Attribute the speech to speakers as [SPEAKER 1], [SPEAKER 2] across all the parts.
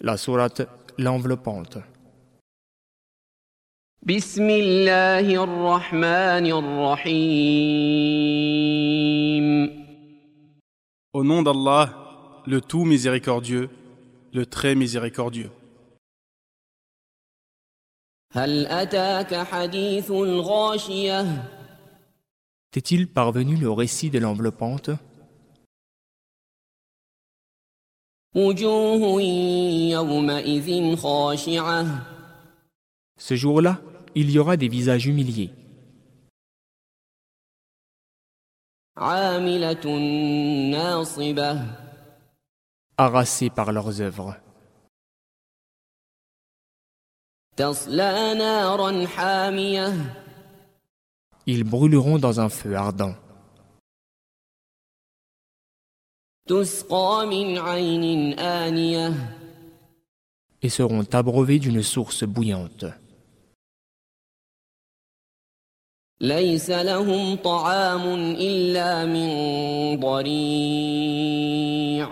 [SPEAKER 1] La sourate L'enveloppante.
[SPEAKER 2] بسم الله الرحمن الرحيم
[SPEAKER 3] Au nom d'Allah, le tout miséricordieux, le très miséricordieux.
[SPEAKER 2] هل أتاك حديث الغاشية
[SPEAKER 1] T'est-il parvenu le récit de l'enveloppante
[SPEAKER 2] وجوه يومئذ خاشعة
[SPEAKER 1] Ce jour-là, il y aura des visages humiliés,
[SPEAKER 2] عاملة ناصبة
[SPEAKER 1] harassés par leurs œuvres.
[SPEAKER 2] تصلى نارا حامية
[SPEAKER 1] Ils brûleront dans un feu ardent.
[SPEAKER 2] تسقى من عين آنية
[SPEAKER 1] et seront abreuvés d'une source bouillante.
[SPEAKER 2] ليس لهم طعام إلا من ضريع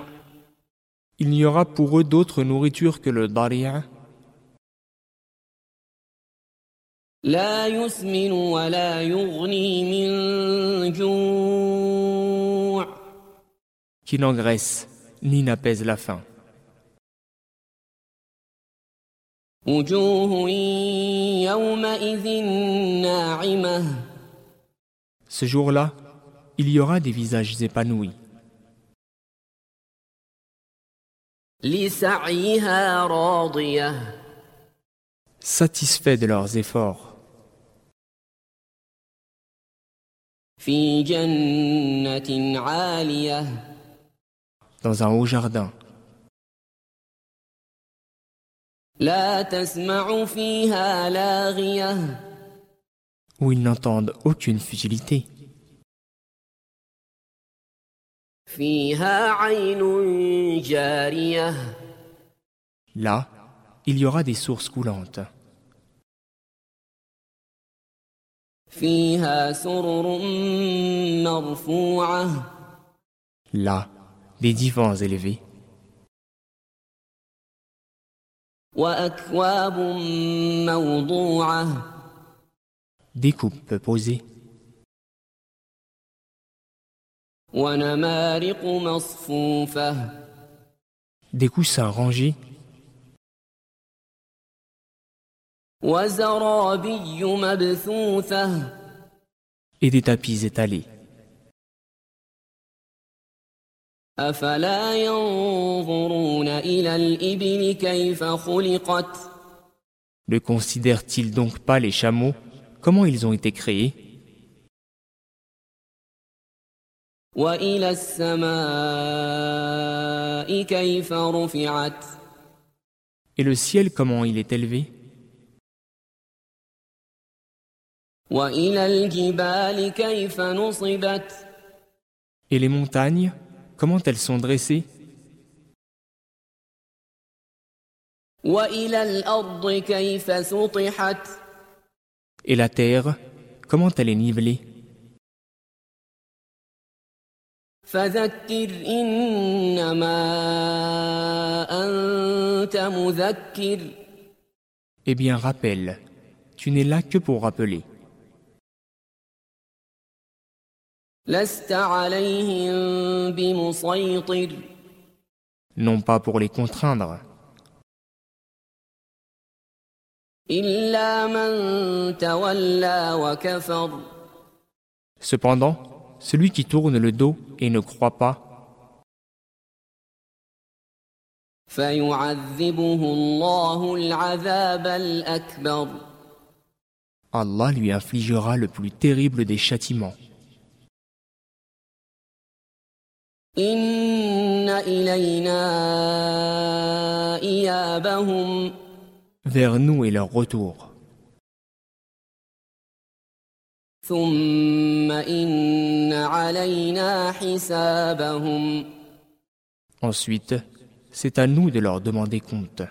[SPEAKER 1] Il n'y aura pour eux d'autre nourriture que le daria,
[SPEAKER 2] لا يسمن ولا يغني من جوع
[SPEAKER 1] qui n'engraisse ni n'apaise la faim.
[SPEAKER 2] وجوه يومئذ ناعمة
[SPEAKER 1] Ce jour-là, il y aura des visages épanouis,
[SPEAKER 2] لسعيها راضية
[SPEAKER 1] satisfaits de leurs efforts,
[SPEAKER 2] في جنة عالية
[SPEAKER 1] dans un haut jardin.
[SPEAKER 2] لا تسمع فيها لاغية
[SPEAKER 1] où ils n'entendent aucune futilité.
[SPEAKER 2] فيها عين جارية
[SPEAKER 1] Là, il y aura des sources coulantes,
[SPEAKER 2] فيها سرر مرفوعة
[SPEAKER 1] là, des divans élevés,
[SPEAKER 2] وأكواب موضوعة
[SPEAKER 1] des coupes posées,
[SPEAKER 2] ونمارق مصفوفة
[SPEAKER 1] des coussins rangés,
[SPEAKER 2] وزرابي مبثوثة
[SPEAKER 1] et des tapis étalés.
[SPEAKER 2] أفلا ينظرون إلى الإبل كيف خلقت
[SPEAKER 1] Ne considèrent-ils donc pas les chameaux Comment ils ont été créés
[SPEAKER 2] وإلى السماء كيف رفعت
[SPEAKER 1] Et le ciel, comment il est élevé
[SPEAKER 2] وإلى الجبال كيف نصبت
[SPEAKER 1] Et les montagnes, comment elles sont dressées
[SPEAKER 2] وإلى الأرض كيف سطحت
[SPEAKER 1] Et la terre, comment elle est nivelée
[SPEAKER 2] فذكر إنما أنت مذكر
[SPEAKER 1] Eh bien, rappelle, tu n'es là que pour rappeler.
[SPEAKER 2] لست عليهم بمسيطر
[SPEAKER 1] Non pas pour les contraindre,
[SPEAKER 2] إلا من تولى وكفر
[SPEAKER 1] cependant, celui qui tourne le dos et ne croit pas,
[SPEAKER 2] فيعذبه الله العذاب الأكبر
[SPEAKER 1] Allah lui infligera le plus terrible des châtiments.
[SPEAKER 2] إن إلينا إيابهم
[SPEAKER 1] Vers nous et leur retour,
[SPEAKER 2] ثم إن علينا حسابهم
[SPEAKER 1] ensuite, c'est à nous de leur demander compte.